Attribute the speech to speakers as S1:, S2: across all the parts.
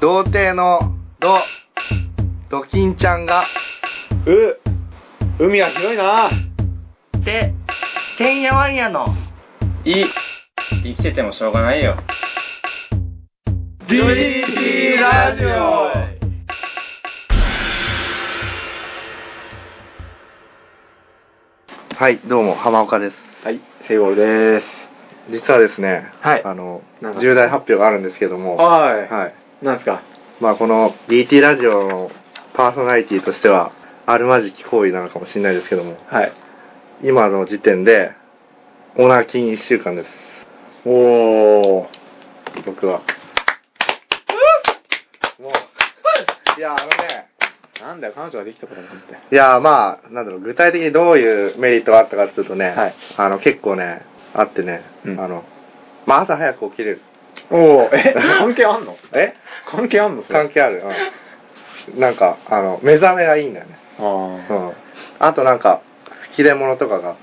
S1: 童貞の、ど、ドキンちゃんが、
S2: う、海は広いな
S3: で、てんやわんやの、
S4: い、生きててもしょうがないよ。
S1: DDT ラジオはい、どうも、浜岡です。
S2: はい、セイゴールです。
S1: 実はですね、
S2: はい
S1: あの
S2: なん、か
S1: 重大発表があるんですけども、
S2: は
S1: はい。
S2: い。なんすか
S1: まあ、この DT ラジオのパーソナリティとしては、あるまじき行為なのかもしれないですけども、
S2: はい。
S1: 今の時点で、オナキン1週間です。
S2: おー。
S1: 僕は。もう、いや、あのね、
S2: なんだよ、彼女ができたことなんて。
S1: いや、まあ、なんだろう、具体的にどういうメリットがあったかっていうとね、
S2: はい
S1: あの、結構ね、あってね、
S2: うん
S1: あの、まあ、朝早く起きれる。
S2: おー、え、関係あんの
S1: え
S2: 関係あんのそれ。
S1: 関係ある。うん。なんか、あの、目覚めがいいんだよね。
S2: あー
S1: うん。あとなんか、切れ物とか が、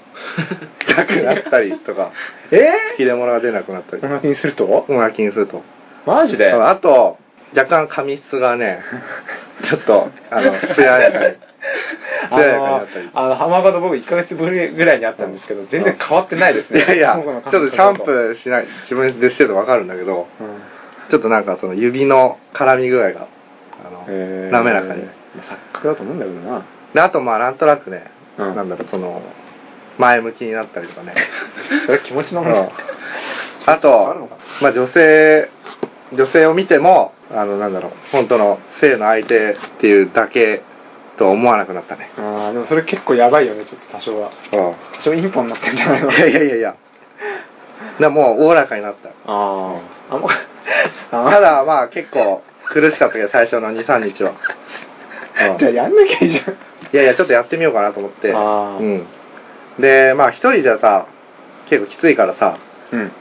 S1: なくなったりとか、
S2: え
S1: 切れ物が出なくなったり
S2: ー、お、腹にすると
S1: オナキンすると。
S2: マジで
S1: うんあと、若干髪質が ね、ちょっと、あの、艶やかに。
S2: あ
S1: 艶やかになったり
S2: の。あの浜岡と僕1ヶ月ぶりぐらいに会ったんですけど全然変わって ないです
S1: い
S2: ね
S1: やいや、ちょっとシャンプ
S2: ー、
S1: ーしない、自分でしてるとわかるんだけど、
S2: うん
S1: ちょっとなんかその指の絡み具合が、あの、
S2: へー
S1: 滑らかに。
S2: 錯覚だと思うんだけど な
S1: で、あとまあなんとなくね、
S2: うん
S1: なんだろう、その、前向きになったりとか ね。
S2: それ気持ちの
S1: う
S2: 問題
S1: んあ
S2: あるの
S1: と
S2: かな、
S1: まあ女性、女性を見ても、あの、なんだろう、本当の性の相手っていうだけとは思わなくなったね。
S2: あーでもそれ結構やばいよねちょっと多少は
S1: う
S2: 多少インポになってんじゃないの
S1: ん。いやいやいやいや。なもう、おおらかになった。
S2: あーあもう
S1: ただまあ結構苦しかったけど、最初の2、3日は。うん
S2: じゃあやんなきゃいいじゃん
S1: いやいや、ちょっとやってみようかなと思って。
S2: あー
S1: うん。で、まあ、一人じゃさ、結構きついからさ、
S2: うん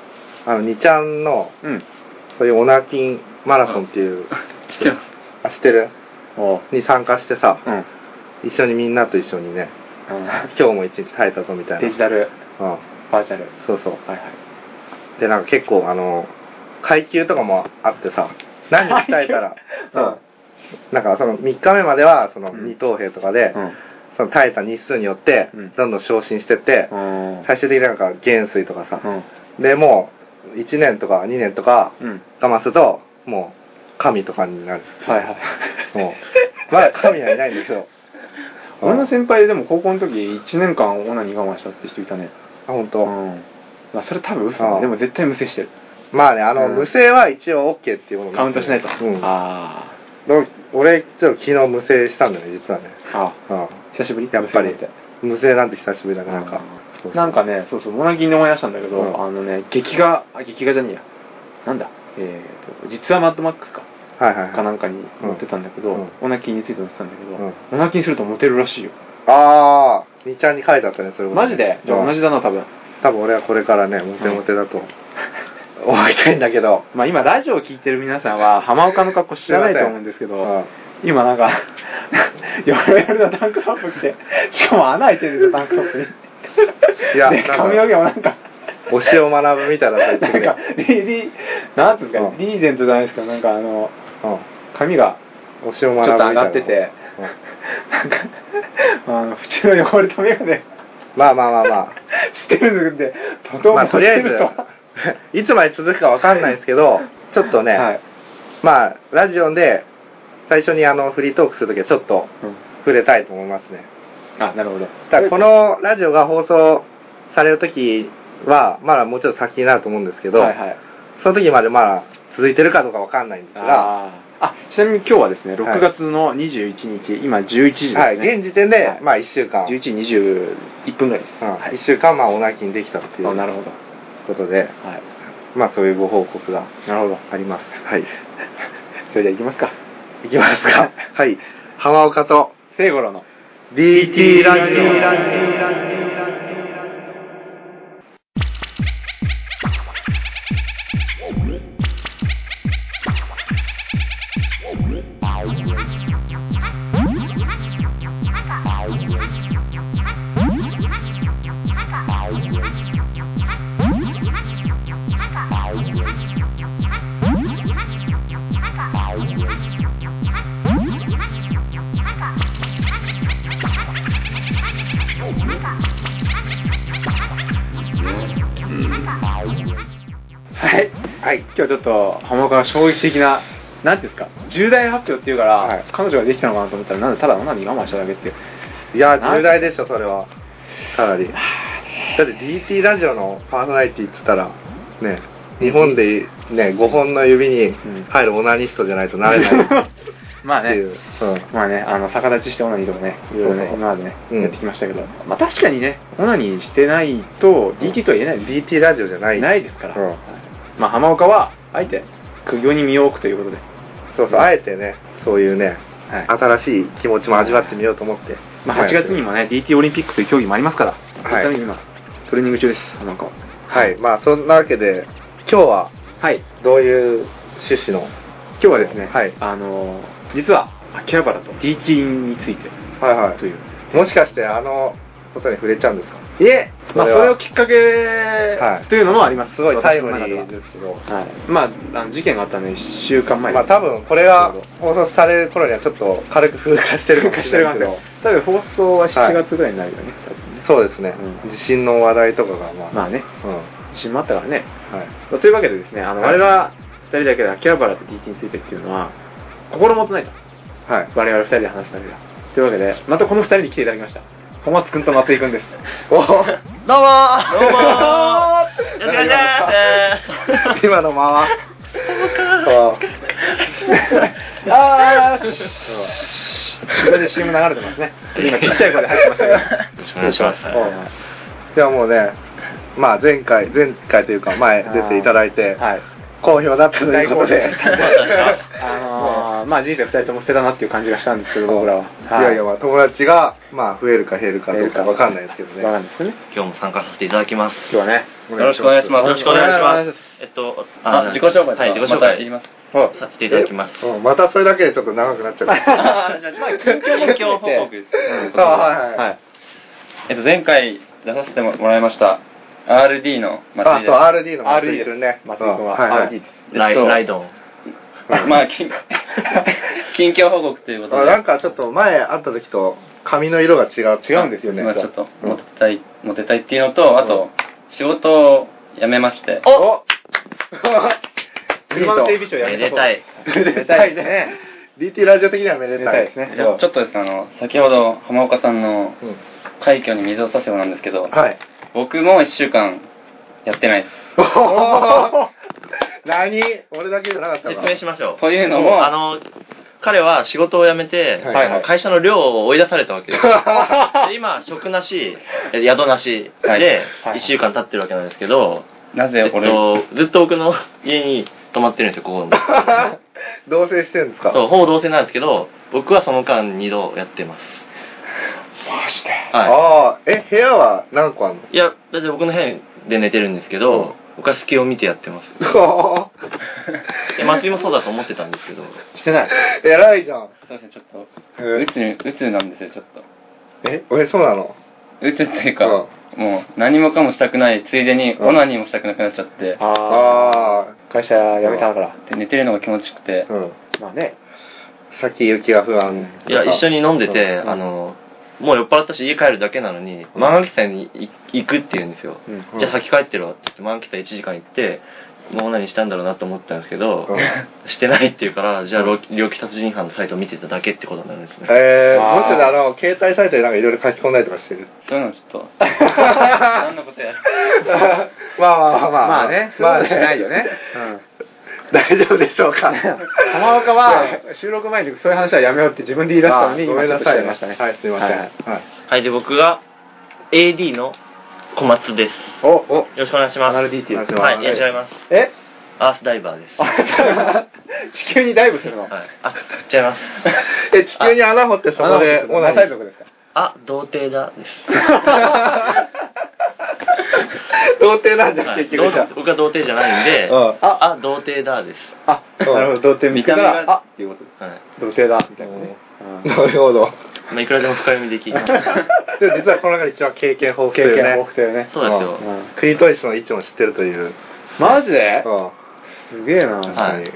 S1: あの、2ちゃんの、
S2: うん
S1: そういうオナキンマラソンっていう、
S4: 知ってます。
S1: あ、知ってる
S2: おう
S1: に参加してさ、
S2: うん
S1: 一緒にみんなと一緒にね、
S2: うん
S1: 今日も一日耐えたぞみたいな。
S2: デ
S1: うん
S2: ジ。タルバーチャル
S1: そうそう。
S2: はいはい
S1: で、なんか結構、あの、階級とかもあってさ、何を鍛えたら、そう。なんかその3日目までは、その
S2: うん
S1: 二等兵とかで、
S2: うん
S1: その耐えた日数によって
S2: うん、
S1: どんどん昇進してって、
S2: うん
S1: 最終的になんか減衰とかさ、
S2: うん
S1: でもう1年とか2年とか
S2: うん
S1: 我慢するともう神とかになる
S2: はいはい
S1: も うまだ神はいないんだけど
S2: 俺の先輩でも高校の時1年間オナに我慢したって人いたね
S1: あ本
S2: う
S1: 当、
S2: んまあそれ多分嘘だ
S1: う
S2: ね
S1: ん
S2: でも絶対無制してる
S1: まあねあの、
S2: うん
S1: 無声は一応 OK っていうもの
S2: カウントしないと
S1: うん
S2: あ
S1: でも俺ちょっと昨日無声したんだよね実はね、
S2: ーあ
S1: う
S2: 久しぶり
S1: やっぱり
S2: 無制なんて
S1: ん、無声なんて久しぶりだねなんか
S2: あー
S1: そうそう
S2: なんかねそうそうモナギに思い出したんだけど、
S1: うん
S2: あのね劇画あ劇画じゃねえやなんだえー、と実はマッドマックスか
S1: はいはい
S2: か
S1: はい
S2: なんかに載ってたんだけど、
S1: うん
S2: オナキーについて載ってたんだけど、
S1: うん
S2: オナキーにするとモテるらしいよ
S1: ああみちゃんに書いてあったねそれ
S2: マジでじゃあ同
S1: じ
S2: じだな多分
S1: 多分俺はこれからねモテモテだと、思いたいんだけど
S2: まあ今ラジオを聞いてる皆さんは浜岡の格好知らないと思うんですけど、
S1: うん
S2: 今なんか ヨロヨロのタンクトップ着てしかも穴開いてるんですよタンクトップに
S1: いや
S2: で
S1: なんか
S2: 髪の毛もなんか
S1: 推しを学ぶみたいなタイプ
S2: なん
S1: で。
S2: かリリなんていうんですか、
S1: うん
S2: リーゼントじゃないですかなんかあの
S1: う
S2: 髪が
S1: ん。推しを
S2: ちょ
S1: 学ぶみたいな。
S2: っと上がってて
S1: うん。
S2: なんかあの縁の汚れた眼鏡
S1: まあまあまあま
S2: してるんですけどとて
S1: あ。
S2: も
S1: まあとりあえ
S2: モテるとは
S1: ず、いつまで続くかわかんないですけど、ちょっとね、
S2: はい、
S1: まあ、ラジオで最初にあのフリートークするときはちょっと触れたいと思いますね。
S2: あなるほど
S1: ただこのラジオが放送されるときは、まだもうちょっと先になると思うんですけど、
S2: はいはい
S1: その時までまだ続いてるかどうかわかんないんですが、
S2: あーあちなみに今日はですね
S1: はい
S2: 6月の21日、今11時ですね、
S1: はい、現時点で、
S2: はい
S1: まあ1週間、
S2: 11時21分ぐらいで
S1: う
S2: す、
S1: ん
S2: は
S1: 一
S2: い
S1: 週間まあおなきにできたっていう
S2: あなるほど
S1: ことで、
S2: はい
S1: まあそういうご報告が
S2: なるほど
S1: あります。はい。
S2: それでは行きますか
S1: いきます か。はい。浜岡と
S2: 聖五郎の
S1: DT ラジオ。
S5: Bye.
S2: はい。
S1: はい
S2: 今日ちょっと、浜岡が衝撃的な、なんていうんですか、重大発表っていうから、
S1: はい
S2: 彼女ができたのかなと思ったら、なんでただ女に我慢しただ けっていう。
S1: いや
S2: なん
S1: 重大でしょそれはかなりだって DT ラジオのパーソナリティっつったらね日本でね5本の指に入るオナニストじゃないとなれないっ
S2: まあ
S1: て
S2: ね
S1: い。う、うん
S2: まあね、あの逆立ちしてオナニーとかね、いろいろね
S1: そうそう
S2: 今までね、
S1: うん
S2: やってきましたけど、まあ確かにね、オナニーしてないと、DT とは言えないです。
S1: DT ラジオじゃない
S2: ないですから、
S1: うん
S2: まあ浜岡は、あえて、苦行に身を置くということで、
S1: そうそうあえてねそういうね、
S2: はい
S1: 新しい気持ちも味わってみようと思って、
S2: まあ8月にもね、DT オリンピックという競技もありますから、そのために今、トレーニング中です、浜岡は。
S1: はいまあそんなわけで今日は
S2: はい、
S1: どういう趣旨の
S2: 今日はですね、
S1: はい
S2: あのー実は秋葉原と DT について
S1: はいは
S2: という、
S1: もしかしてあのことに触れちゃうんですか
S2: い、え、まあ、
S1: そ
S2: そ
S1: れは
S2: れをきっかけ
S1: い
S2: というのもあります、
S1: すごいタイムリ
S2: 私の中
S1: ー
S2: で
S1: で
S2: は
S1: すけど
S2: はい、まああの事件があったので1週間前
S1: まあ多分これが放送される頃にはちょっと軽く風化してるかもし
S2: して
S1: れ
S2: る
S1: ないけ
S2: わけ
S1: ど
S2: ど多分放送は
S1: はい
S2: 7月ぐらいになるよね、多分ね
S1: そうですね、
S2: うん
S1: 地震の話題とかがまあ、
S2: まあね
S1: うんは
S2: 地震もあったからね
S1: い、
S2: そういうわけでですねあの、
S1: はい
S2: 我々2人だけで秋葉原と DT についてっていうのは心もとないと
S1: はい、
S2: 我々2人で話すだけだというわけでまたこの2人に来ていただきました小松君と松井君 です
S1: おー
S3: どうもー
S4: どうも
S3: よろしくお願いします
S1: 今の間はそう
S2: ああ
S1: それで CM 流れてますね
S2: 今ちっちゃい声で入ってましたけど
S4: ろしくお願いします
S2: おう
S1: で はもうねまあ前回前回というか前出ていただいて、
S2: はい
S1: 好評だったということで
S2: 大好評だあのーまあ人生2人とも捨てたなっていう感じがしたんですけど僕らは、
S1: いやいや、まあ、友達が、まあ、増えるか減るかどうかわかんないですけど
S2: わか
S1: ね。
S2: んないですよね
S4: 今日も参加させていただきます。
S2: 今日はね
S4: よろしくお願いします。。
S1: よろしくお願いします
S4: えっと、
S5: あ自己紹介
S4: はい、自己紹介。
S5: また
S4: させていただきます
S1: えうんまたそれだけでちょっと長くなっちゃうから。
S5: あーじゃあ まあ近況目標報告
S1: あはいはい。
S2: はい
S5: えっと前回出させてもらいました RD の
S1: あ、
S5: 祭り
S1: そう、RD の
S2: RD
S1: 松
S2: で
S1: 井く
S2: す
S1: んね。
S2: 松井君は
S1: うんはいはい
S2: RD です
S4: ライ
S5: えっと
S4: ライドン。
S5: まあ近 近況報告ということ
S1: あ
S5: で
S1: なんかちょっと前会った時と髪の色が違う。
S2: 違うんですよね
S5: まあちょっと
S1: うん
S5: モテたいモテたいっていうのとあと仕事を辞めまして
S2: お
S1: いい
S2: 車
S1: と
S2: の整備士をやめ
S4: め
S2: た
S4: で
S2: そ
S4: たい。
S2: うですめでたいね
S1: DT ラジオ的にはめで
S2: めで
S1: た
S2: た
S1: い
S2: いですね
S5: じゃあちょっとですねあの先ほど浜岡さんの
S1: うん
S5: 快挙に水を差せばなんですけど
S1: はい。
S5: 僕も1週間やってないです
S1: おー何 俺だけじゃなかった
S4: 説
S1: か
S4: 明しましょう。
S5: というの
S4: もう
S5: も
S4: あの、彼は仕事を辞めて、
S1: はいはい
S4: あの会社の寮を追い出されたわけです。で今、職なし、え宿なし
S5: はい
S4: で
S2: は、い
S4: 1週間経ってるわけなんですけど、
S5: なぜ
S4: えっ
S5: 俺を
S4: と、ずっと僕の家に泊まってるんですよ、ここに。
S1: 同棲してるんですか
S4: そう、ほぼ同棲なんですけど、僕はその間2度やってます。
S2: マジで
S4: は
S1: ああ、え、部屋は何個あるの
S4: い。いや、だって僕の部屋で寝てるんですけど、僕は隙を見てやってます。
S1: おー
S4: いや、松井もそうだと思ってたんですけど、
S2: してない
S1: 偉いじゃん。
S5: そうですねちょっと
S1: え
S5: うつにうつなんですよちょっと
S1: え、俺そうなの
S5: うつっていうか、もう何もかもしたくないついでに
S1: うん
S5: オナニーもしたくなくなっちゃって、
S2: あ
S1: あ
S2: あ会社辞めたから
S5: で寝てるのが気持ちよくて
S1: あ、、うん。
S2: まあね
S1: 先行きが不安。
S4: いや、一緒
S1: に。
S4: に飲んでて、
S2: うん
S4: あの、もう酔っ払ったし家帰るだけなのに、漫画喫茶にい行くって言うんですよ。
S2: うん
S1: うん
S4: じゃあ先帰ってろって言って、漫画喫茶1時間行って、もう何したんだろうなと思ったんですけど、
S1: うん
S4: してないっていうから、じゃあ猟奇猟奇殺人犯のサイトを見てただけってことになるんですね。
S1: えー、
S2: あー
S1: もしかしてあの、携帯サイトでなんかいろいろ書き込んだりとかしてる。
S5: そういうのちょっと何のことやら
S1: まあまあまあまあ。
S2: まあね
S1: まあ
S2: そういうことしないよねうん
S1: 大丈夫でしょうか。
S2: 浜岡は収録前にそういう話はやめようって自分で言い出したのに
S1: あーご
S2: 今
S1: めん
S2: ちょっ
S1: な
S2: とし
S1: さ
S2: ち
S1: い
S2: ゃい
S1: ね。
S2: ましたね
S1: はい、すいません。
S2: は
S1: はい
S4: はい、で、僕が AD の小松です。
S2: おお
S4: よろしくお願いします。
S2: RDT
S1: です
S4: はい、いや違います。
S2: え
S4: アースダイバーです。
S2: あ地球にダイブするの
S4: はい、あ、違います。
S1: え、地球に穴掘ってそこで、
S2: オナ
S1: ナ
S2: サイ族ですか
S4: あ、童貞だです。
S1: 童貞なんじゃん、
S4: はい
S1: 結局じゃん。
S4: 僕は童貞じゃないんで、
S1: うん
S4: あ、童貞だです。
S2: あなるほど童貞見つけた
S5: 見た
S2: ら
S5: 目が
S2: あっていうことで
S4: はい。
S2: す童貞だみたいなねうん
S1: なるほど。
S4: まあ、いくらでも深読みできる。
S1: でも実はこの中で一番経験豊富と
S2: 経
S1: いう
S2: 験
S1: ね
S2: 豊富。だよね
S4: そうですよ。
S2: うん
S1: クリトリスの位置も知ってるという。
S2: マジで
S1: うん
S2: すげえな
S1: 確かに
S4: は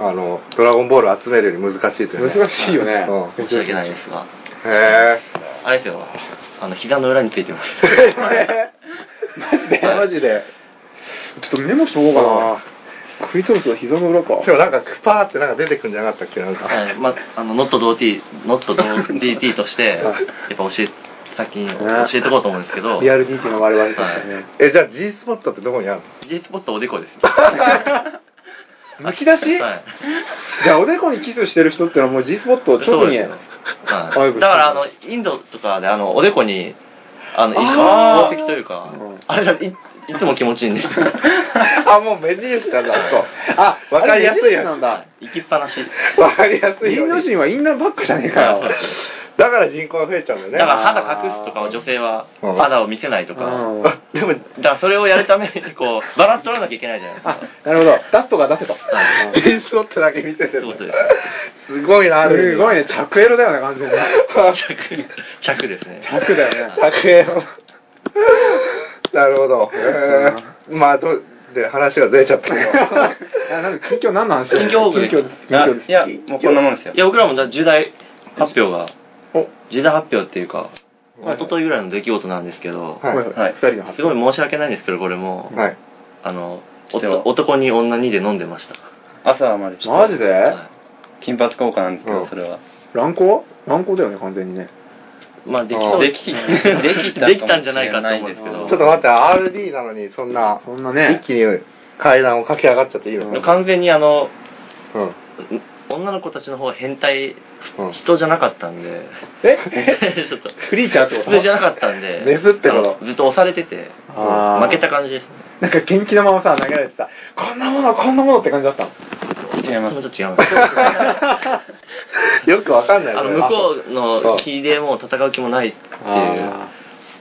S1: あのドラゴンボール集めるより難しいという、
S2: 難しいよね
S1: うん
S4: 申し訳ないですが
S1: へ
S4: あれですよあの膝の裏についてます
S2: マジで
S1: えマジで
S2: ちょっとメモしとこうかなクリトリスは膝の裏か
S1: でもなんかクパーってなんか出てくんじゃなかったっけなんか
S4: はいまあのノット DT ノット DT としてやっぱ教え先に教えてこうと思うんですけど
S2: リアル DT の我々としてね
S1: えじゃあ G スポットってどこにあるの
S4: G スポットおでこです
S2: むき出し
S4: はい
S2: じゃあおでこにキスしてる人ってのはもう G スポット
S4: そ
S2: 直
S4: う
S2: に
S4: ですよは
S2: はい
S4: い、だからあのインドとかであのおでこにあの
S2: あー
S4: 一石というか
S2: うん
S4: あれだいいつも気持ちいいんですよ
S1: あもう目印なんだそう
S2: あ
S1: わかりやすい
S2: あれ目
S1: やつ
S2: 印なんだ
S4: 行きっぱなし
S1: わかりやすい
S2: イ
S1: よ
S2: ン
S1: う
S2: ド
S1: に
S2: 人はインナーばっかじゃねえか
S4: だ
S2: よ
S1: から人口が増えちゃうんだ
S4: か
S1: よね
S4: ら肌隠すとかは女性は
S1: うん
S4: 肌を見せないとか
S2: うん
S4: でもだからそれをやるためにこう バランス取らなきゃいけないじゃないです
S2: あ
S4: か
S2: なるほど出すとか出せと
S1: G スポットだけ見てて
S4: そういう ことです
S1: ごいなある意味
S2: すごいね着エロだよね完全に
S4: す着着ですね
S2: 着だよね
S1: 着円をなるほど、えーまあどで話がずれちゃったけ ど
S2: あなんか近況何の話
S4: 近況報告
S2: 近
S4: です
S2: 況近
S5: あ
S2: 況です
S5: いや、もうこんなもんですよ
S4: い。や僕らもだ重大発表が
S2: お
S4: 重大発表っていうか
S1: はい
S4: 一昨日ぐらいの出来事なんですけど
S1: はい
S2: はい
S5: はい
S2: 二人の話
S4: すごい申し訳ないんですけどこれも
S1: はい
S4: あの、
S5: おと
S4: 男に女にで飲んでました。
S5: 朝までちょっ
S2: マジで
S5: と金髪効果なんですけ
S1: うん
S5: ど、それは。
S2: 乱行乱行だよね完全にね
S4: まあ、でき
S1: あー
S5: でき、でき た
S4: できたんじゃないかと思うんですけ
S5: かも
S4: ど
S5: し
S1: ちょっと待って RD なのにそんな
S2: そんな
S1: 一
S2: ね
S1: 気に階段を駆け上がっちゃっていいの
S2: うん
S4: 完全にあの、
S1: うん
S4: 女の子たちの方は変態、
S1: うん
S4: 人じゃなかったんで、
S2: え
S4: ちょっと、
S2: クリーチャーってこと
S4: 普通じゃなかったんで、
S1: メスってこと
S4: あのずっと押されてて、
S2: あー
S4: 負けた感じですね。
S2: なんか元気なままさ投げられてさこんなものこんなものって感じだったの
S5: 違います
S4: それもちょっと違います。
S1: よくわかんない
S4: あの、
S1: ね
S4: 向こう
S1: あ
S4: の気でもう戦う気もないっていう、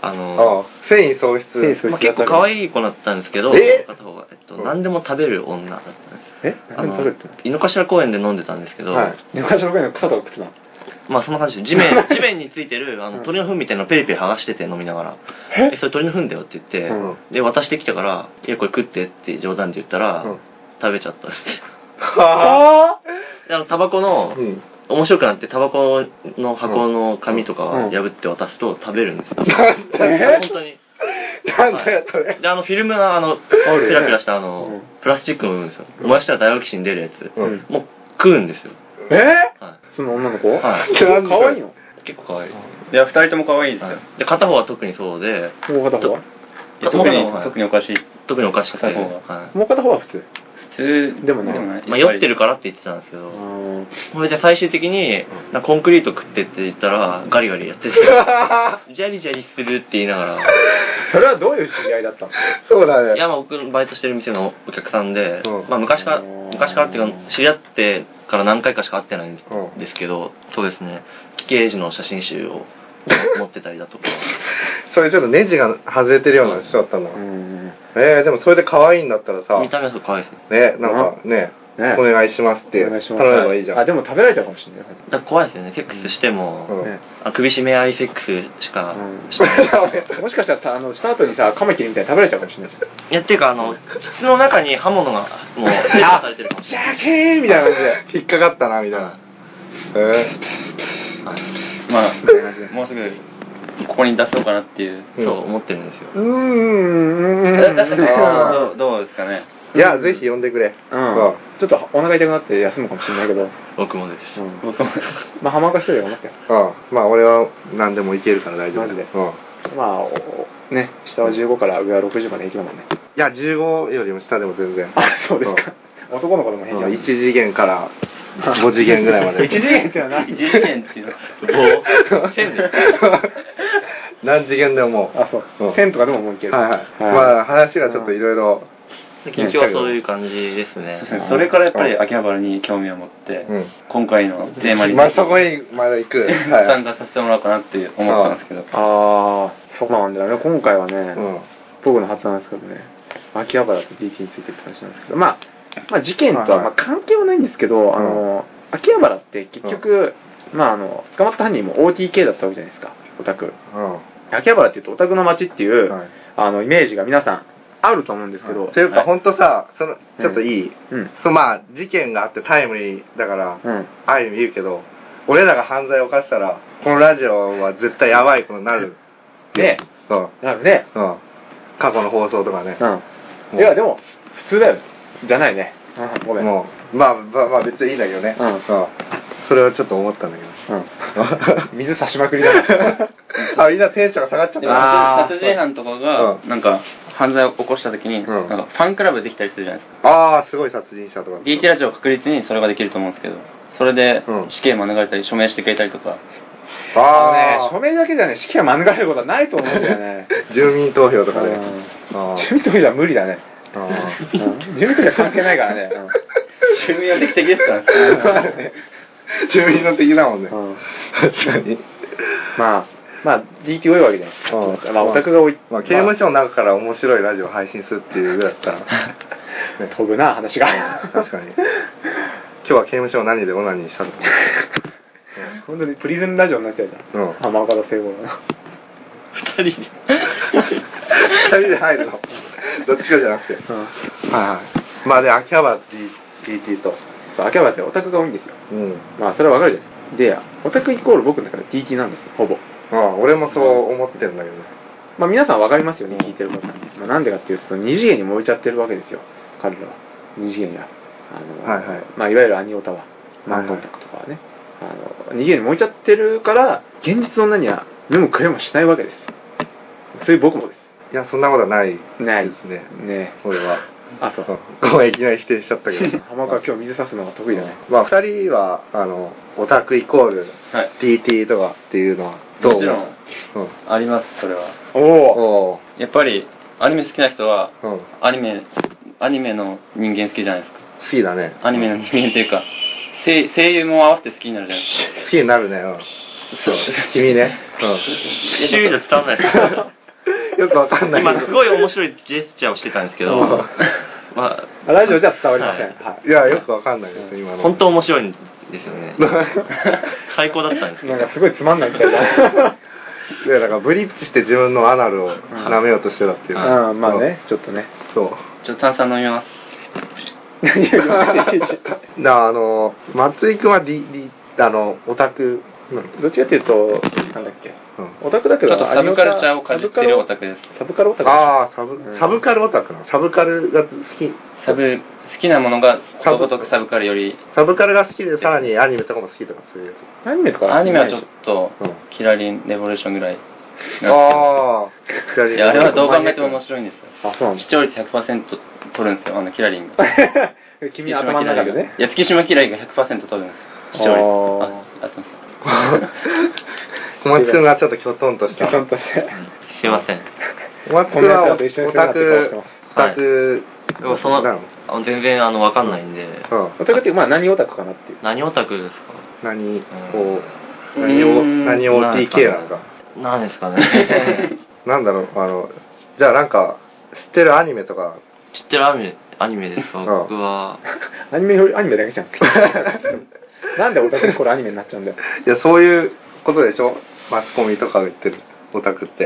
S4: あの、
S1: ああ繊維喪失
S2: 繊維喪
S4: まあ、
S2: 失
S4: 結構可愛い子だったんですけど、
S1: え
S4: 片方が、えっと、
S1: うん
S4: 何でも食べる女だったんです。
S2: え
S4: あ
S2: 何でも
S4: の
S2: 食べるって、
S4: 井の頭公園で飲んでたんですけど、
S1: はい
S2: 寝かしの声の草とか靴なの
S4: まあそんな感じで地面地面についてるあ
S2: う
S4: の
S2: ん
S4: 鳥の糞みたいなのをペリペリ剥がしてて飲みながら「えそれ鳥の糞だよ」って言って、
S1: うん
S4: で渡してきたから「いやこれ食って」って冗談で言ったら、
S1: うん
S4: 食べちゃったんです
S1: は あ
S4: であのタバコの、
S1: うん
S4: 面白くなってタバコの箱の紙とかを破って渡すと食べるんですよ、
S1: なんだよ
S4: 本当に
S1: なんだよそれ
S4: であのフィルムのあの
S2: あるよね
S4: ペラペラしたあの、
S2: うん
S4: プラスチックの部分ですよ燃やしたらダイオキシン出るやつ、
S1: うん
S2: うん
S4: もう食うんですよ
S2: え
S4: は
S2: その女の子
S4: い、は
S2: 可愛い の
S4: い、結構可愛い
S5: いや、二人とも可愛いですよ。
S4: で片方は特にそうで
S2: もう片方はい
S5: や特
S4: もう
S5: に
S4: 片方、は
S5: 特におかしい。
S4: 特におかしくて、
S5: 片方
S4: はい
S2: もう片方は普通
S5: 普通
S2: でもね
S4: まあ、酔ってる
S5: か
S4: からって言ってたんですけ
S2: う
S4: ど、
S2: ん
S4: それで最終的に、なんかコンクリート食ってって言ったら、ガリガリやってて、ジャリジャリするって言いながら、
S2: それはどういう知り合いだったの
S1: そうだね
S4: いや、まあ僕のバイトしてる店のお客さんで、
S1: うん
S4: まあ昔から、
S2: うん
S4: 昔からっていうか、知り合ってから何回かしか会ってないん
S1: うん
S4: ですけど、そうですね、危機エイジの写真集を持ってたりだとか、
S1: それちょっとネジが外れてるような人だったんだ
S2: うん
S1: えーでもそれで可愛いんだったらさ
S4: 見た目はすごい可愛いですね。
S1: ねなんかね
S2: ね
S1: お願いしますって
S2: お
S1: 頼
S2: 願いしま
S1: めばいいじゃん
S2: あでも食べられちゃうかもしれないね
S4: だから怖いですよね、セックスしても、あ首絞め合いセックスしか
S2: うん
S4: してない。
S2: もしかしたらさあのした後にさカマキリみたいに食べられちゃうかもしれないじゃん
S4: いや、っていうか、あの、筒の中に刃物が、もう、セットされてるかもし
S2: ジ
S4: れ
S2: ャケーみたいな感じで
S1: 引っかかったなみたいなえ
S4: ない。はい
S5: まあ
S2: たいな感じで、
S5: もうすぐ、ここに出そうかなっていう。
S1: うん
S4: そう思ってるんですよ。
S2: うーんうーんう
S1: あ
S2: ーん
S5: どうどうですかね。
S1: ーいやぜひ呼んでくれ
S2: うんちょっとお腹痛くなって休むかもしれないけど、
S4: 僕もです。
S2: うん
S5: 僕も。
S2: まあ浜岡一人が思って
S1: うんまあ俺は何でもいけるから大丈夫
S2: マジで
S1: うん
S2: まあおおね下は15から上は60まで行きるもんね
S1: いや15よりも下でも全然
S2: あそうですか男の子でも変じゃん
S1: 1次元から5次元ぐらいま で
S2: 一次元ってのはな
S5: 一次元っていうのは。
S4: 棒線で。
S1: 何次元でももう
S2: あそう
S1: うん
S2: 1000とかでももういける
S1: はいはい、まあ話がちょっといろいろ
S4: 緊張はそういう感じですね
S5: そうで。すねそれからやっぱり秋葉原に興味を持って、
S1: うん
S5: 今回のテーマに
S1: まあそこにまだ行 くは
S5: 参
S1: い、
S5: 加させてもらおうかなって思ったんですけど、
S2: ああそうなんだよね今回はね、
S1: うん、
S2: 僕の発案ですけどね秋葉原と DT についてって話なんですけど、まあ、まあ事件と
S1: はいは
S2: はいまあ関係はないんですけど、あの秋葉原って結局、まあ、あの捕まった犯人も OTK だったわけじゃないですかオタク
S1: うん
S2: 秋葉原っていうとオタクの街っていう、
S1: はい
S2: あのイメージが皆さんあると思うんですけど、
S1: っていうか、
S5: はい
S1: ほんとさ、その、ちょっといい、
S2: うん、
S1: そうまあ、事件があってタイムリーだから、
S2: うん、
S1: ああいうの言うけど、俺らが犯罪を犯したら、このラジオは絶対やばいことになる。
S2: ね
S1: うん。
S2: なるね、
S1: うん。過去の放送とかね。
S2: うん、いや、でも、普通だよ、じゃないね、うん、ごめん、
S1: もう、まあ、まあ、まあ、別にいいんだけどね。
S2: うん
S1: それはちょっと思ったんだ けど。
S2: うん、水差しまくりだな
S1: あ、みんなテンションが下がっちゃっ
S5: で
S1: た
S5: も
S1: な。
S2: あー
S5: 殺人犯とかが
S1: う、
S5: なんか、犯罪を起こした時に、
S1: ん
S5: なんかファンクラブできたりするじゃないですか。
S1: あー、すごい殺人者とか。
S5: DT ラジオ確率にそれができると思うんですけど、それで
S1: うん
S5: 死刑免れたり、署名してくれたりと か、
S2: あのね、
S1: あ
S2: 署名だけじゃね、式は免れることはないと思うんだよね。
S1: ー、住民投票とかね。あー
S2: 住民投票は無理だね。
S1: あー
S2: うん住民投票関係ないからね。
S5: 住民は的的ですからね。
S1: 住民の敵だもんね。
S2: うんうん
S1: 確かに。
S2: まあ、まあ、DT 多いわけじゃないです
S1: うん
S2: か。まあ、オタクが多い。
S1: まあ、刑務所の中から面白いラジオを配信するっていうぐらいだったら、
S2: まあ飛ぶな、話が。
S1: 確かに。今日は刑務所を何でオナニーしたとか。
S2: 本当にプリズンラジオになっちゃうじゃ
S1: うん
S2: ん。。浜岡田聖望の。
S4: 二人で
S1: 二人で入るの。どっちかじゃなくて。はいはい。まあね、秋葉原 DT と。
S2: そう、秋葉原ってオタクが多いんですよ。
S1: うん。
S2: まあ、それはわかるじゃないですか。で、オタクイコール僕の中で DT なんですよ、ほぼ。
S1: ああ、俺もそう思ってるんだけどね。
S2: まあ、皆さんわかりますよね、聞いてる方。まあ、なんでかっていうと、その二次元に燃えちゃってるわけですよ、彼らは。二次元や。あの、
S1: はいはい
S2: まあ、いわゆるアニオタは、マンコンタクトとかはね。あの、二次元に燃えちゃってるから、現実の女には目もくれもしないわけです。そういう僕もで
S1: いや、そんなことはない
S2: す。な
S1: で
S2: い。
S1: すね。
S2: ね
S1: 俺は。
S2: あ、そう。
S1: ごめん、いきなり否定しちゃったけ ど。
S2: 浜岡は今日水差すのが得意だね。
S1: まあ、二人は、あの、オタクイコール
S5: はい
S1: DT とかっていうのはどう
S5: もちろん、
S1: うん。
S5: あります、それは。
S2: おお
S1: おお。
S5: やっぱり、アニメ好きな人は、
S1: うん。好
S5: アニメ、アニメの人間好きじゃないですか。
S1: きだね。
S5: アニメの人間っていうか、声声優も合わせて好きになるじゃないですか。
S1: 好きになるね。うん。そう。君ね。
S4: シューじゃ伝わんない です
S1: うん。よくわかんないけど。
S4: 今すごい面白いジェスチャーをしてたんで すけど
S1: うん
S4: ま
S2: ラジオじゃ伝わりません。はい
S1: や、よくわかんないです、今
S4: あ
S1: の。
S4: 本当面白いんですよね最高だったんです
S2: い。
S4: けど
S2: なんかすごいつまんないみたいだ。
S1: で、だからブリッジして自分のアナルを舐めようとしてたっていう。
S2: うん、まあね、ちょっとね。
S1: そう。そ
S5: ちょっと炭酸飲みます。
S2: いやいやいやいや
S1: う。だからあの、松井くんは D、D、あの、オタク、うん。
S2: どっちかっていうと、なんだっけ、
S1: うん
S2: オタクだけ
S5: ち
S2: ど、
S5: ょっとサブカルチャーをかじってるオタ
S2: ク。
S5: クです。
S2: サブカルオタク。
S1: ああ、サブ
S2: う、ん
S1: サブカルオタクなの。サブカルが好き。
S5: サブ、好きなものが、ことごとくサブカルより、
S1: サブカルが好きで、さらにアニメとかも好きとか、そういうや
S2: アニメとか
S5: アニメはちょっと、
S1: うん
S5: キラリンレボリューションぐらい。
S1: つ。ああ。
S5: いや、あれはどう考えても面白いんですよ。
S2: あ、そうなん
S5: 視聴率100%取るんですよ、あの、キラリンが。
S2: だ。君頭の中でね。
S5: いや、月島キラリンが100%取るんですよ。視聴率。あ、あすいません。
S1: 小松くんがちょっときょとんとし
S2: ち
S1: た。
S2: ゃんとして。
S4: すいません
S1: 小松くんはオタク、オ
S4: はい
S1: タク、
S4: でもその
S1: なの
S4: あの全然あの分かんないんで
S1: うん。
S2: オタクっていう、まあ何オタクかなっていう。
S4: 何オタクです
S1: 何を、
S5: うん
S1: 何
S5: う
S1: を、
S5: ん
S1: 何を OTK なのか。
S4: か何です かね
S1: なんだろう、あの、じゃあなんか、知ってるアニメとか、
S4: 知ってるアニメアニメです
S1: ん
S4: 僕は
S2: アニメより、アニメだけじゃん。 なんでオタクにこれアニメになっちゃうんだよ。
S1: いや、そういうことでしょマスコミとかが言ってる、オタクって。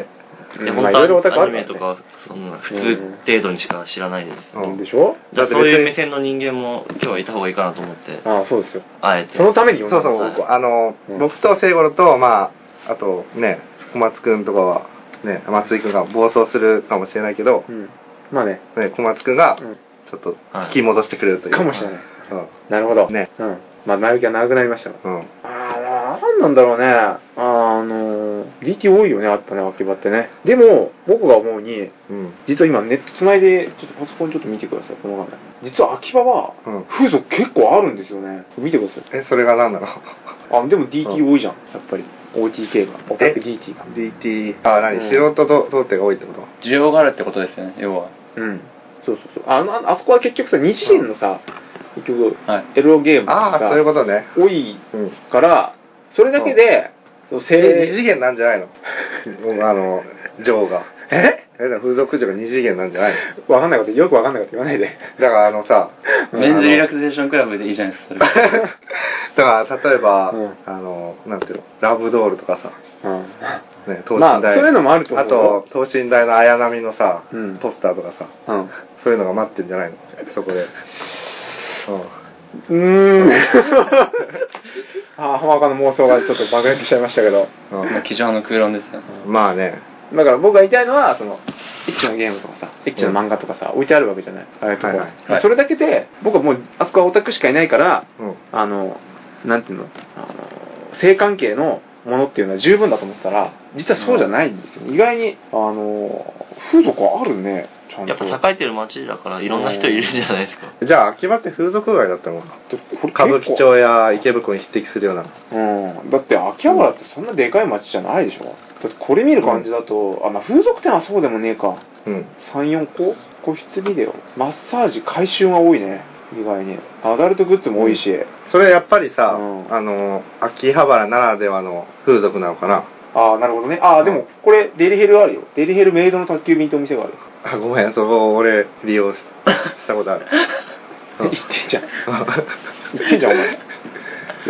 S4: いや
S2: うんまあ
S4: 本
S2: いろいろオタク
S4: 当
S2: あ
S4: アニ
S2: るら
S4: メ
S2: ね
S4: と。かそんな普通程度にしか知らないです
S2: うんでしょ
S4: だから
S1: だって別に
S4: そういう目線の人間も今日はいた方がいいかなと思って
S2: ああ、そうですよ。
S4: あえて
S2: そのために
S1: そう
S2: 読ん
S1: そ
S2: だ
S1: う、
S2: んです
S1: 僕あの、
S2: うん
S1: 僕と聖五郎と、まあ、あとね、小松くんとかは、ね、松井くんが暴走するかもしれないけど、
S2: うん。まあね。
S1: ね、小松くんが
S2: う、ん
S1: ちょっと、引き戻してくれるという。
S2: かもしれない。
S1: うん。
S2: なるほど。
S1: ね。
S2: うん。まあ、前置きが長くなりましたが。
S1: うん。
S2: ああ、なんなんだろうね。あの、DT 多いよね、あったね、秋葉ってね。でも、僕が思うに、
S1: うん。
S2: 実は今ネット繋いで、ちょっとパソコンちょっと見てください、この画面。実は秋葉は、
S1: うん。
S2: 風俗結構あるんですよね。見てください。
S1: え、それが何なの
S2: あ、でも DT 多いじゃん、やっぱり。OTK が、オタク DT が。
S1: ?DT、あ、何、
S2: うん
S1: 素人童童貞が多いってこと
S5: 需要があるってことですよね、要は。
S2: うん。そうそうそう。あの、ああそこは結局さ、二次元のさ、結局、
S5: はい。
S2: エロゲームと
S1: ああ、
S2: か
S1: そういうことね。
S2: 多い
S1: うん。
S2: から、それだけで、そう
S1: え、二
S2: 性、
S1: 次元なんじゃ ないのうんあの、ジョーが。
S2: え
S1: え、でも風俗嬢が二次元なんじゃないの
S2: わかんないこと、よくわかんないこと言わないで。
S1: だからあのさ、
S5: メンズリラクゼーションクラブでいいじゃないですか、それは。
S1: だから例えば、
S2: うん
S1: あの、なんていうの、ラブドールとかさ、
S2: うん。
S1: ね、等身大、
S2: まあそういうのもあると思う
S1: あと等身大の綾波のさ、
S2: うん
S1: ポスターとかさ
S2: うん
S1: そういうのが待ってんじゃないのそこで、うん、
S2: うーん。 あー、浜岡の妄想がちょっと爆裂しちゃいましたけど。
S5: まあ、机上の空論ですよね。
S1: うんまあね
S2: だから僕が言いたいのは、その、エッチのゲームとかさ、エッチの漫画とかさ、置いてあるわけじゃない。ああいうところ
S1: はいはい
S5: はい
S2: それだけで、僕はもう、あそこはオタクしかいないから、
S1: うん
S2: あの、なんていうの、あの、性関係のものっていうのは十分だと思ってたら、実はそうじゃないんですよ。意外に、あの、風俗はあるね、ちゃんと。
S4: やっぱ栄えてる街だからいろんな人いるじゃないですか
S1: じゃあ秋葉って風俗街だったのかな
S2: これ
S1: 歌舞伎町や池袋に匹敵するような
S2: うん、だって秋葉原ってそんなでかい街じゃないでしょだってこれ見る感じだと、あまあ風俗店はそうでもねえか
S1: うん
S2: 34個個室ビデオマッサージ回収が多いね意外にアダルトグッズも多いし、
S1: それやっぱりさ、
S2: うん
S1: あの秋葉原ならではの風俗なのかな
S2: ああなるほどねああでもこれデリヘルあるよデリヘルメイドの宅急便ってお店がある
S1: あごめんそこ俺利 用ししたことある うん
S2: 言ってんじゃん言ってんじゃんお前
S1: い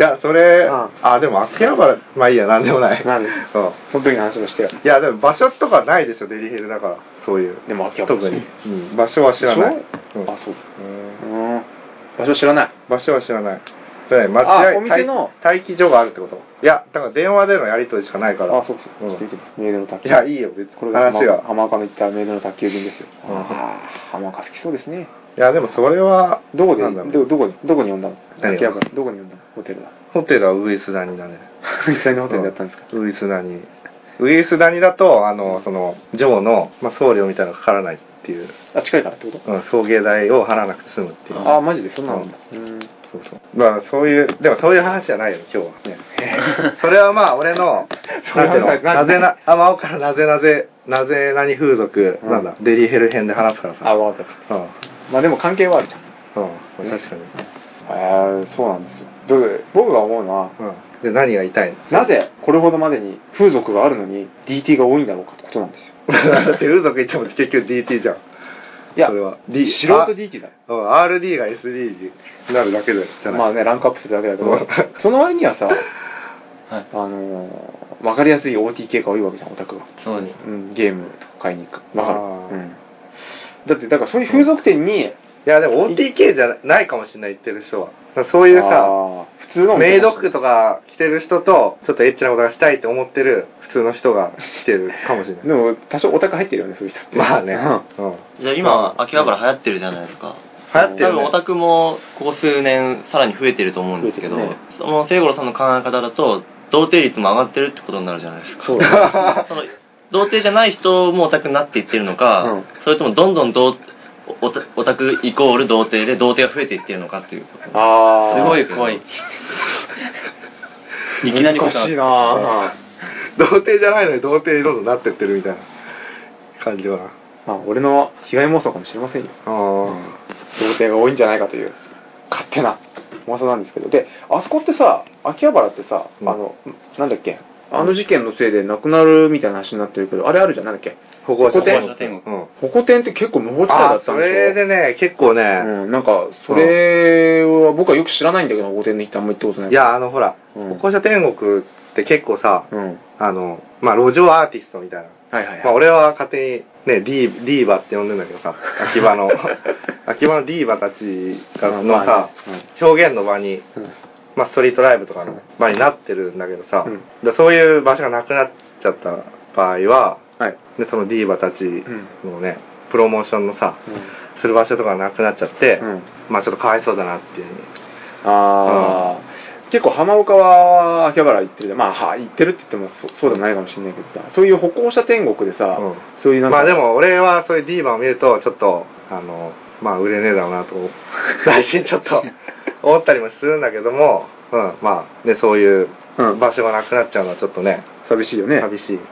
S1: やそれ、
S2: うん
S1: あでも秋葉原まあいいやなんでもない
S2: なんで
S1: そう
S2: その時の話もしてよ
S1: いやでも場所とかないでしょデリヘルだからそういう
S2: でも秋葉原
S1: 特に、うん場所は知らない、
S2: そう
S1: うん
S2: あそう
S1: うん
S2: うん場所知らない
S1: 場所は知らないじゃない待
S2: あ
S1: 合
S2: お店の
S1: 待待機所があるってこといやだから電話でのやり取りしかないから
S2: あそうそう、
S1: うん
S2: ちょっと見てますメイドの宅
S1: い
S2: 急便
S1: やいいよ別に
S2: これが
S1: 話
S2: 浜
S1: が
S2: 浜岡の言ったメイドの宅急便ですよ。
S1: うん
S2: ああ、浜岡好きそうですね。
S1: いやでもそれは
S2: どこで、
S1: なんだろ
S2: ど
S1: う
S2: どこ、どこに呼んだの
S1: 何を
S2: 秋葉原、どこに呼んだのホテル だ。
S1: ホテルはウイスダニだね
S2: 実際のホテルだったんですか。
S1: ウイスダニウイスダニだとあのそのジョーの、まあ、送料みたいなのかからないっていう、
S2: あ、近いからってこと
S1: うん、送迎代を払わなくて済むっていう
S2: ああ、マジで、そんなのあるんだ。うん。
S1: そうそうまあそういうでもそういう話じゃないよ今日はね それはまあ俺の
S2: そ
S1: な
S2: れ
S1: ん
S2: は
S1: ていうの
S2: な
S1: なんぜな天尾からなぜなぜなぜ何風俗、
S2: うん
S1: なんだデリヘル編で話すから
S2: あ、
S1: さ
S2: わかった。
S1: うんうん
S2: まあでも関係はあるじゃん。
S1: 確かに、
S2: ええ、そうなんですよ。どう僕が思うのは、
S1: うん、で何が痛いの
S2: なぜこれほどまでに風俗があるのに DT が多いんだろうかってことなんですよ。
S1: だって風俗行っても結局 DT じゃん
S2: いや
S1: それは、
S2: D、素人 DT だよ。
S1: うん RD が SD になるだけでじゃない、
S2: まあね、ランクアップするだけだけど、 その割にはさ、あのー、わかりやすい OT 系が多いわけじゃん、オタクが。
S5: そうです。
S2: うん、ゲームとか買いに行く。わかる。
S1: あー
S2: うん。だって、だからそういう風俗店に、
S1: いやでも OTK じゃないかもしれない言ってる人はだからそういうさ
S2: あー普通の
S1: メイド服とか着てる人とちょっとエッチなことがしたいと思ってる普通の人が来てるかもしれ
S2: で
S1: ない
S2: も、多少オタク入ってるよね、そういう人って。
S1: まあね、
S2: う
S1: うんん、流
S4: じゃあ今秋葉原流行ってるじゃないですか
S1: 行って
S4: 多
S1: る
S4: 分
S1: ね
S4: オタクもここ数年さらに増えてると思うんですけど、
S2: 増えてるね
S4: その聖五郎さんの考え方だと童貞率も上がってるってことになるじゃないですか
S2: そうだね。
S4: その童貞じゃない人もオタクになっていってるのか、
S2: うん
S4: それともどんどん童オタオタクイコール童貞で童貞が増えていってるのかっていうこと
S2: あー
S5: すごい怖い。いきなりこ
S2: 難
S5: う
S2: しいなぁ。
S1: 童貞じゃないのに童貞にどんどんなってってるみたいな感じは
S2: まあ、俺の被害妄想かもしれませんよ。
S1: あ
S2: 童貞が多いんじゃないかという勝手な噂なんですけどであそこってさ秋葉原ってさ、
S1: うん
S2: あのなんだっけあの事件のせいで亡くなるみたいな話になってるけどあれあるじゃんなんだっけ
S1: ー保護者
S2: 保護者
S5: 天
S1: 国、うん、
S2: 保護店って結構無法地帯だ
S1: あ
S2: っ
S1: そ
S2: たんで
S1: れ
S2: すよ
S1: でね結構ね、
S2: うん、なんかそれは僕はよく知らないんだけど保護店の人あんま行ったことない
S1: いやあのほら
S2: うん
S1: 歩行者天国って結構さ
S2: うんはい
S1: あのまあ路上アーティストみたいな
S2: はいはい、
S1: まあ、俺は勝手にねディーディーバって呼んでんだけ どさ秋葉の 秋葉のディーバたちがのさ表現の場に、
S2: うん
S1: まあ、ストリートライブとかの場になってるんだけどさ、
S2: うん
S1: でそういう場所がなくなっちゃった場合は
S2: はい
S1: でそのディーバたち
S2: うん
S1: のねプロモーションのさする場所とかがなくなっちゃって、
S2: うん、うん、
S1: まあちょっとかわいそうだなっていう
S2: ああ、結構浜岡は秋葉原行ってるじゃんまあは行ってるって言ってもそそうでもないかもしれないけどさそういう歩行者天国でさ、
S1: うん
S2: そういうなんか
S1: まあでも俺はそういうディーバを見るとちょっとあのまあ売れねえだろうなと 内心ちょっと思ったりもするんだけども、うん、まあでそういう
S2: うん、
S1: 場所がなくなっちゃうのはちょっとね
S2: 寂しいよね
S1: 寂しい、うん、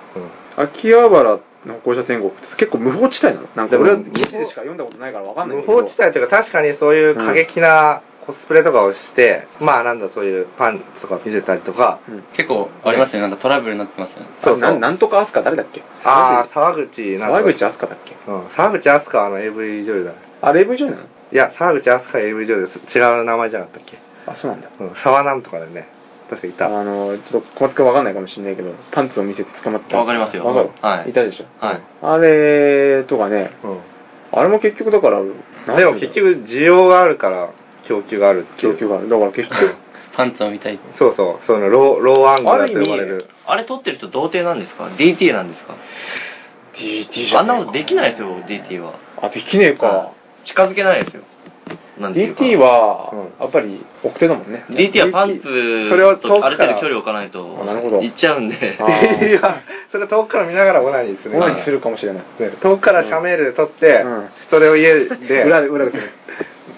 S2: 秋葉原の歩行者天国って結構無法地帯なのなんか俺は記事でしか読んだことないからわかんない
S1: 無
S2: けど
S1: 法地帯というか確かにそういう過激なコスプレとかをして、まあなんだそういうパンツとか見せたりとか
S5: 結構ありますよ。なんかトラブルになってますよね。
S1: そうそう
S2: ななんとかアスカ誰だっけ
S1: ああ沢口なん
S2: 沢
S1: とか
S2: 口アスカだっけ
S1: うん、沢口飛鳥はあの AV 女優だね
S2: あれ AV じゃないの
S1: いや沢口飛鳥は AV 女優です違う名前じゃなかったっけ
S2: あそうなんだ
S1: うん、沢なんとかだよね。確かい
S2: あ
S1: た。
S2: のちょっと小松君わかんないかもしれないけどパンツを見せて捕まった
S4: わかりますよ
S2: わかる、
S4: はい
S2: たでしょ
S4: はい
S2: あれとかね
S1: う
S2: あれも結局だから
S1: ん。でも結局需要があるから供給があるってい
S2: 供
S1: う。
S2: 給があるだから 結局
S5: パンツを見たい。
S1: そうそう、そのロー、ローアングラーと呼ばれ
S2: ある意
S1: る。
S4: あれ撮ってる人童貞なんですか ?DT なんですか
S2: DT
S4: あんなことできないですよ、DT は。
S2: あできねえか
S4: 近づけないですよ。なんていうか
S2: DT は
S1: うん
S2: やっぱり奥手だもんね
S4: DT はパンツ
S1: DT それを遠く
S4: と
S1: か
S4: あ
S1: ら
S4: る程度距離を置かないと
S2: あなるほど
S4: 行っちゃうんで
S2: あー
S1: いや、それ遠くから見ながらオナニー する。
S2: オナニーするかもしれない
S1: ね遠くからシャメール撮って、
S2: うん
S1: それを家で、
S2: 裏で 裏で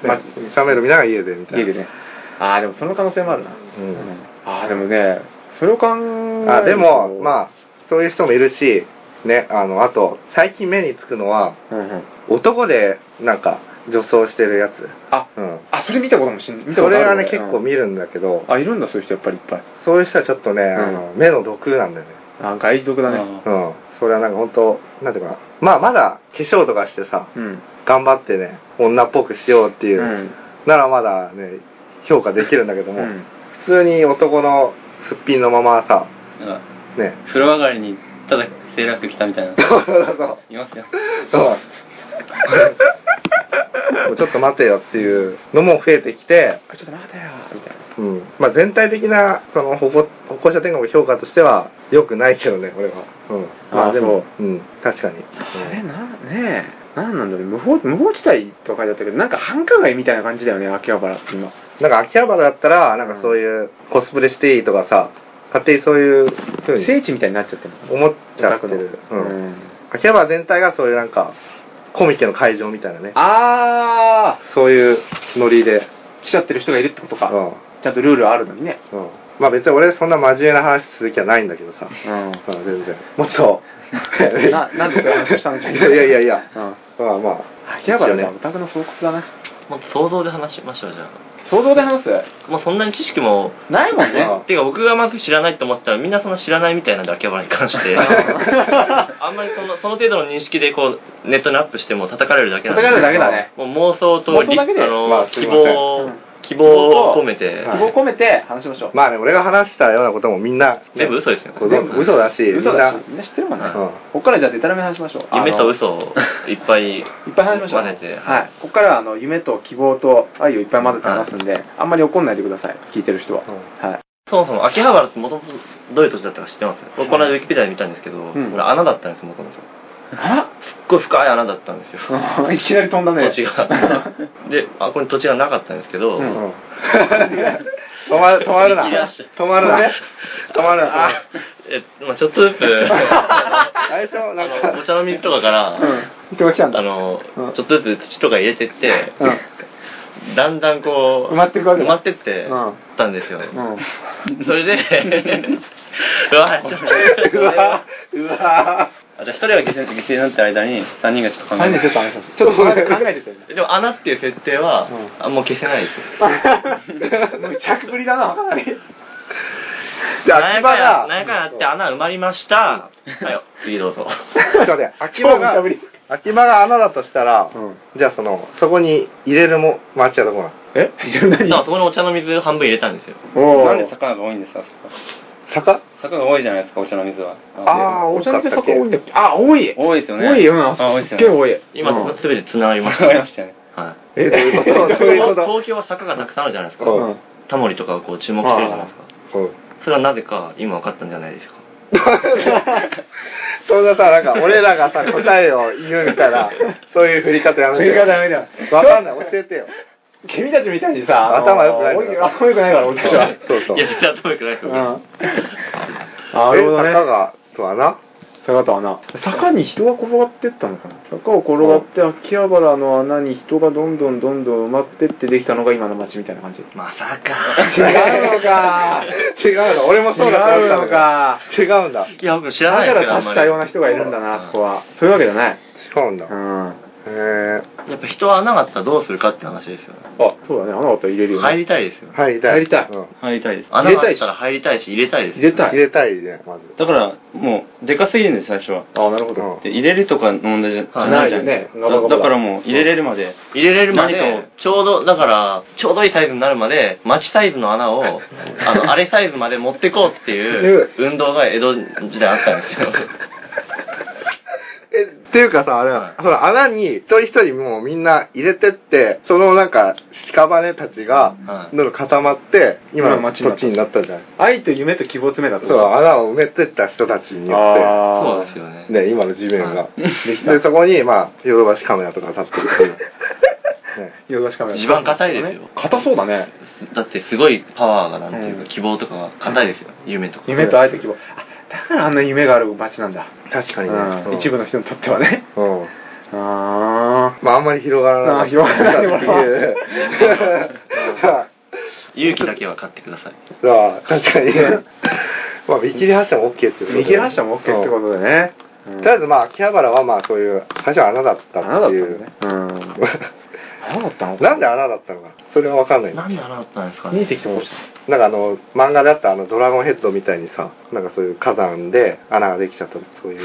S1: ま、シャメール見ながら家でみたいな。
S2: 家でねああでもその可能性もあるな
S1: うん
S2: ああでもねそれを考えると
S1: あでも、まあ、そういう人もいるし、ね、あの、あと、最近目につくのは、
S2: うんうん
S1: 男で、なんか、女装してるやつ。
S2: あ
S1: うん。
S2: あそれ見たこともしん見た
S1: そ
S2: ことあ
S1: れ
S2: る
S1: は
S2: わ
S1: ね、結構見るんだけど、
S2: あいるんだそういう人やっぱりいっぱい
S1: そういう人はちょっとね、あの目の毒なんだよね。
S2: あ外毒だね
S5: あ
S1: うん。それはなんか本当なんていうかな。まあ、まだ化粧とかしてさ、
S2: うん
S1: 頑張ってね、女っぽくしようって
S2: う
S1: いう、
S2: ん
S1: ならまだね、評価できるんだけど
S2: う
S1: も、
S2: ん
S1: 普通に男のすっぴんのままさ、
S5: ーなんか
S1: ね、
S5: 風呂上がりにただセーラー服着たみたいな。
S1: そうそうそう
S5: いますよ。
S1: そう。もうちょっと待てよっていうのも増えてきて、
S2: あちょっと待てよみたいな
S1: うんまあ、全体的なその歩行歩行者天国の評価としては良くないけどね、俺は。うん、ま
S2: あ
S1: あでも
S2: そ、
S1: うん、確かに。
S2: あれなねえなんなんだろう無法無法地帯とか書いてあったけどなんか繁華街みたいな感じだよね秋葉原って今
S1: なんか秋葉原だったら、なんかそういうコスプレしていいとかさ、勝手にそういう風に
S2: 聖地みたいになっちゃってる
S1: 思っちゃって
S2: オ
S1: る。
S2: タク
S1: う
S2: の
S1: ん
S2: うん
S1: 秋葉原全体がそういうなんか、コミケの会場みたいなね。
S2: あ
S1: そういうノリで。
S2: ー来ちゃってる人がいるってこと
S1: う
S2: か
S1: ん。
S2: ちゃんとルールあるのにね
S1: うん。まあ別に俺そんな真面目な話する気はないんだけど さ。
S2: うん
S1: うん、全然。もっと。
S2: ななんでそういう話をしたのじゃあ
S1: いやいやいやいや。
S2: うん
S1: まあまあ。
S2: 秋葉原
S1: 一
S2: じ
S1: 応
S2: ゃオタクの巣窟だな
S4: もっと想像で話しましょうじゃ
S2: 想像で話す
S4: あもうそんなに知識も
S2: ないもんね
S1: あ
S4: ていうか僕がまず知らないと思ってたらみんなそんな知らないみたいなんで秋葉原に関して あんまりそのその程度の認識でこうネットにアップしても叩かれるだけなんで
S2: 叩かれるだけだね
S4: もう妄想と
S2: 妄想だけで
S4: あの、
S1: まあす
S4: 希
S1: いません
S4: 望、
S2: うん
S4: 希望を込めて、
S1: 希
S2: 希望込めて話しましょう
S1: まあね、俺が話したようなこともみんな、
S4: 全部嘘ですよね
S1: ご存
S2: 全部
S1: 知嘘だし、
S2: 嘘だし
S1: みん
S2: みんな知ってるもんね
S4: う
S2: こ
S4: ん
S2: こっからじゃあデタラメ話しましょう
S4: 夢と
S2: あの
S4: 嘘をいっぱい
S2: いっぱい話しましょう
S4: 混ぜて
S2: はいここからはあの夢と希望と愛をいっぱい混ぜて話すんであんまり怒んないでください聞いてる人は
S1: な。うん
S2: はい
S4: そもそも秋葉原ってもともとどういう土地だったか知ってます僕この間ウィキペディアで見たんですけど、
S2: ん
S4: これ穴だったんですもともとす
S2: あ
S4: っごい深い穴だったんで すよ
S2: らいきなり飛んだね
S4: 土 地がであこれ土地がなかったんですけど、
S2: う
S1: うんん止まる、止まるな
S4: 切り出し。
S1: 止まるな。止まるな。あ
S4: えまあ、ちょっと ずつあ
S1: 最初、なん
S4: の
S1: か
S4: お、茶の水とかから、
S2: うん人が来たんだ
S4: あの、
S2: うん
S4: ちょっとずつ土とか入れてって、
S2: うん
S4: だんだんこう
S2: 埋まってくわけ
S4: 埋
S2: だ
S4: まってって、
S2: うん
S4: たんですよ、
S2: うん
S4: そ れでうわちょっと
S1: うわうわ
S5: あじゃあ一人が犠牲犠牲になってる間に三人がちょっと考え
S2: 何でち
S5: て
S2: ょっと話しましょうちょっと考えてて
S4: でも穴っていう設定は、
S2: う
S4: あもう消せないですよ
S2: むちゃくぶりだなかなり
S1: じゃあ、
S4: 何
S1: 秋
S4: や
S1: 葉
S4: かんや
S1: が、
S4: 何やかんやあって穴埋まりましたはいよ次どうぞ
S1: ちょっと待って、秋葉
S2: 超無茶
S1: が
S2: ぶり、
S1: 秋葉が穴だとしたら、
S2: うん
S1: じゃあその、そこに入れるも、抹茶どこなの
S2: えじゃあ
S4: だから
S2: 何
S4: そこにお茶の水半分入れたんですよ
S2: お
S5: なんで
S2: ー
S5: 坂が多いんですかあそこ
S1: 坂
S5: 坂が多いじゃないですかお茶の水は
S1: あー
S2: お茶の
S1: 多か
S2: 水そ
S1: ったっ
S2: こ
S1: け
S2: 多いんだっけあ多い
S5: 多いですよね
S2: 多いよな
S5: あ多いです
S2: す
S5: よ
S2: っげ
S5: ね
S2: え多い
S4: 今
S2: うん
S4: すべて繋がりました
S5: わか りましたよね
S4: はい
S1: え、どういう ことどういうこと
S4: 東京は坂がたくさんあるじゃないですか、
S1: うん
S4: タモリとかがこう注目してるじゃないですか
S1: うん
S4: それはなぜか今分かったんじゃないですか
S1: そんなさ、なんか、俺らがさ、答えを言うみたいな、そういう振り方やめて
S2: 振
S1: よ。
S2: り方やめだ
S1: わかんない、教えてよ。
S2: 君たちみたいにさ
S1: 頭良くないから
S2: から頭良くないから俺たちは
S1: そうそう
S4: いや実は遠くないです
S2: うん
S4: よ、
S2: なるほど
S1: え
S2: ね
S1: 坂が、とはな。
S2: 坂と穴坂に人が転がってったのかな坂を転がって秋葉原の穴に人がどんどんどんどん埋まってってできたのが今の街みたいな感じ違う
S4: まさか
S2: のか
S1: 違うの、俺も
S2: 違
S1: そうだと思ったん
S2: う
S1: だ
S2: の
S1: けど
S2: か
S1: 違うんだ。
S4: いや僕知
S2: だ
S4: らない
S2: か
S4: ですけど
S2: ら多種多様な人がいるんだなそこはそういうわけじゃない
S1: 違うんだ。
S2: うん
S1: へえ
S4: やっぱ人は穴があったらどうするかって話ですよね
S2: あそうだね穴があったら入れるよね
S4: 入りたいですよね
S1: 入りたい
S2: 入りたい
S1: うん
S5: 入りたいです。
S4: 穴があったら入りたいし入れたいです
S2: 入
S4: よ
S2: れた
S1: 入
S2: い
S1: れたいねまず
S5: だから、もう、でかすぎるんです、最初は。
S2: あなるほど、
S1: うん
S5: で入れるとかの問題じゃじゃ
S4: な
S5: ないいじゃん。
S2: ねなかな
S5: だ
S2: か
S5: だからもう、入れれるまで。
S4: 入れれるまで
S5: 何かを
S4: ちょうどだからちょうどいいサイズになるまで待ちサイズの穴 をあのあれサイズまで持ってこうっていう運動が江戸時代あったんです よ
S1: え、っていうかさ、あれ、
S4: はい
S1: その穴に一人一人もうみんな入れてって、そのなんか、屍たちが、
S4: はい
S1: どんどん固まって、今
S2: 今
S1: の
S2: の街に
S1: 土
S2: なった
S1: 地になったじゃん。
S2: 愛と夢と希望を詰めたって
S1: そう、穴を埋めてった人たちによっ
S2: あ
S4: そう
S2: あ
S4: ですよね
S1: て、ね、今の地面が
S4: は。
S2: できた
S1: で、そこに、まあ、ヨドバシカメラとか立ってる っていうね
S2: ヨドバシカメラ
S4: 地盤硬いですよ
S2: 硬そうだね
S4: だってすごいパワーがなんていう
S2: うん
S4: か希望とかが硬いですよ夢とか
S2: 夢と愛と希望あだからあんな夢がある街なんだ、
S1: 確かに
S2: うん、
S1: ね。
S2: 一部
S1: の。
S2: の人にとってはね
S1: うん。
S2: あ
S1: まあ、あんまり広がらなかった
S2: あ広がらない
S1: っていう。
S4: 勇気だけは買ってください
S1: そう確かにね。まあ、見切り発車も OK っていうこと
S2: あ
S1: で
S2: 見切り発車も OK ってことでね、
S1: とりあえずまあ秋葉原はまあそういう最初は穴だった
S2: 穴だ
S1: っ
S2: ってた
S1: い
S2: の
S1: う
S2: ねうん穴だったの
S1: なんで穴だったのかそれは分かんない
S4: なんで穴だったんですか
S2: 見え
S4: ね
S2: てきても落ち
S1: なんかあの漫画であったあのドラゴンヘッドみたいにさなんかそういう火山で穴ができちゃったそういう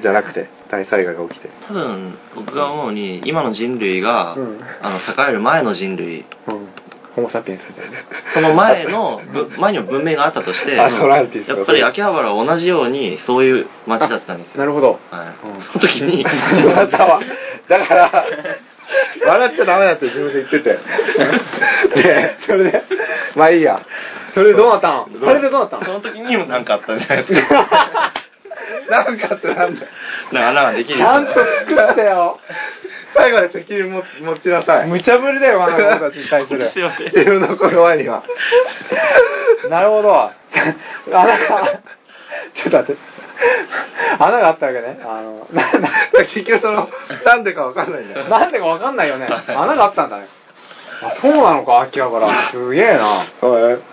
S1: じゃなく て大災害が起きて
S4: 多分僕が思うに今の人類が、
S2: たうん、
S4: あの栄える前の人類
S2: うん、ホモ・サピエンスみたいな
S4: その前のぶ前にも文明があったとして
S1: アトランティス
S4: や
S1: が
S4: っぱり秋葉原は同じようにそういう街だったんです
S2: な
S4: よ。
S2: るほど
S4: はい
S2: うん。
S4: その時に、
S1: またはだから笑っちゃダメだって自分で言って てでそれでまあいいや
S2: それでどうなったんそれでどうなったん
S4: その時にもなんかあったんじゃないですか。
S1: なんかってなんだよ
S4: なんか穴ができる
S2: ち。ゃんと作ったよ
S1: 最後まで責任も持ちなさい
S2: 無茶ぶりだよあなたたちに対する
S4: すいません
S1: 自分の言葉には
S2: なるほど。あなんか、ちょっと待って。穴があったわけね。あの、なな
S1: 結局そのなんでかわかんないんだよ
S2: なんでかわかんないよね。穴があったんだね。あ、そうなのか、秋葉原。すげえな。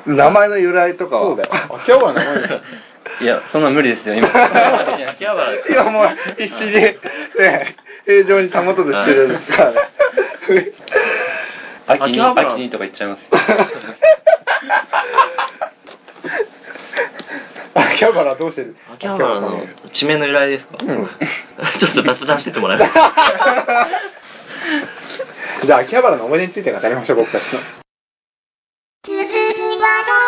S1: 名前の由来とかは
S2: そうだよ。 秋葉原の名前
S5: いや、そんな無理ですよ、今。
S4: 秋葉原
S1: 今もう必死にね平常に保とうとしてるんですからね
S5: 秋
S4: 秋
S5: に、
S4: 葉原
S5: 秋にとか言っちゃいます。
S2: 秋葉原はどうしてる
S4: 秋葉原の地名の由来ですか ちょっと脱談してってもらえます
S2: じゃあ秋葉原の思い出について語りましょう、僕たちの。
S6: 続きはど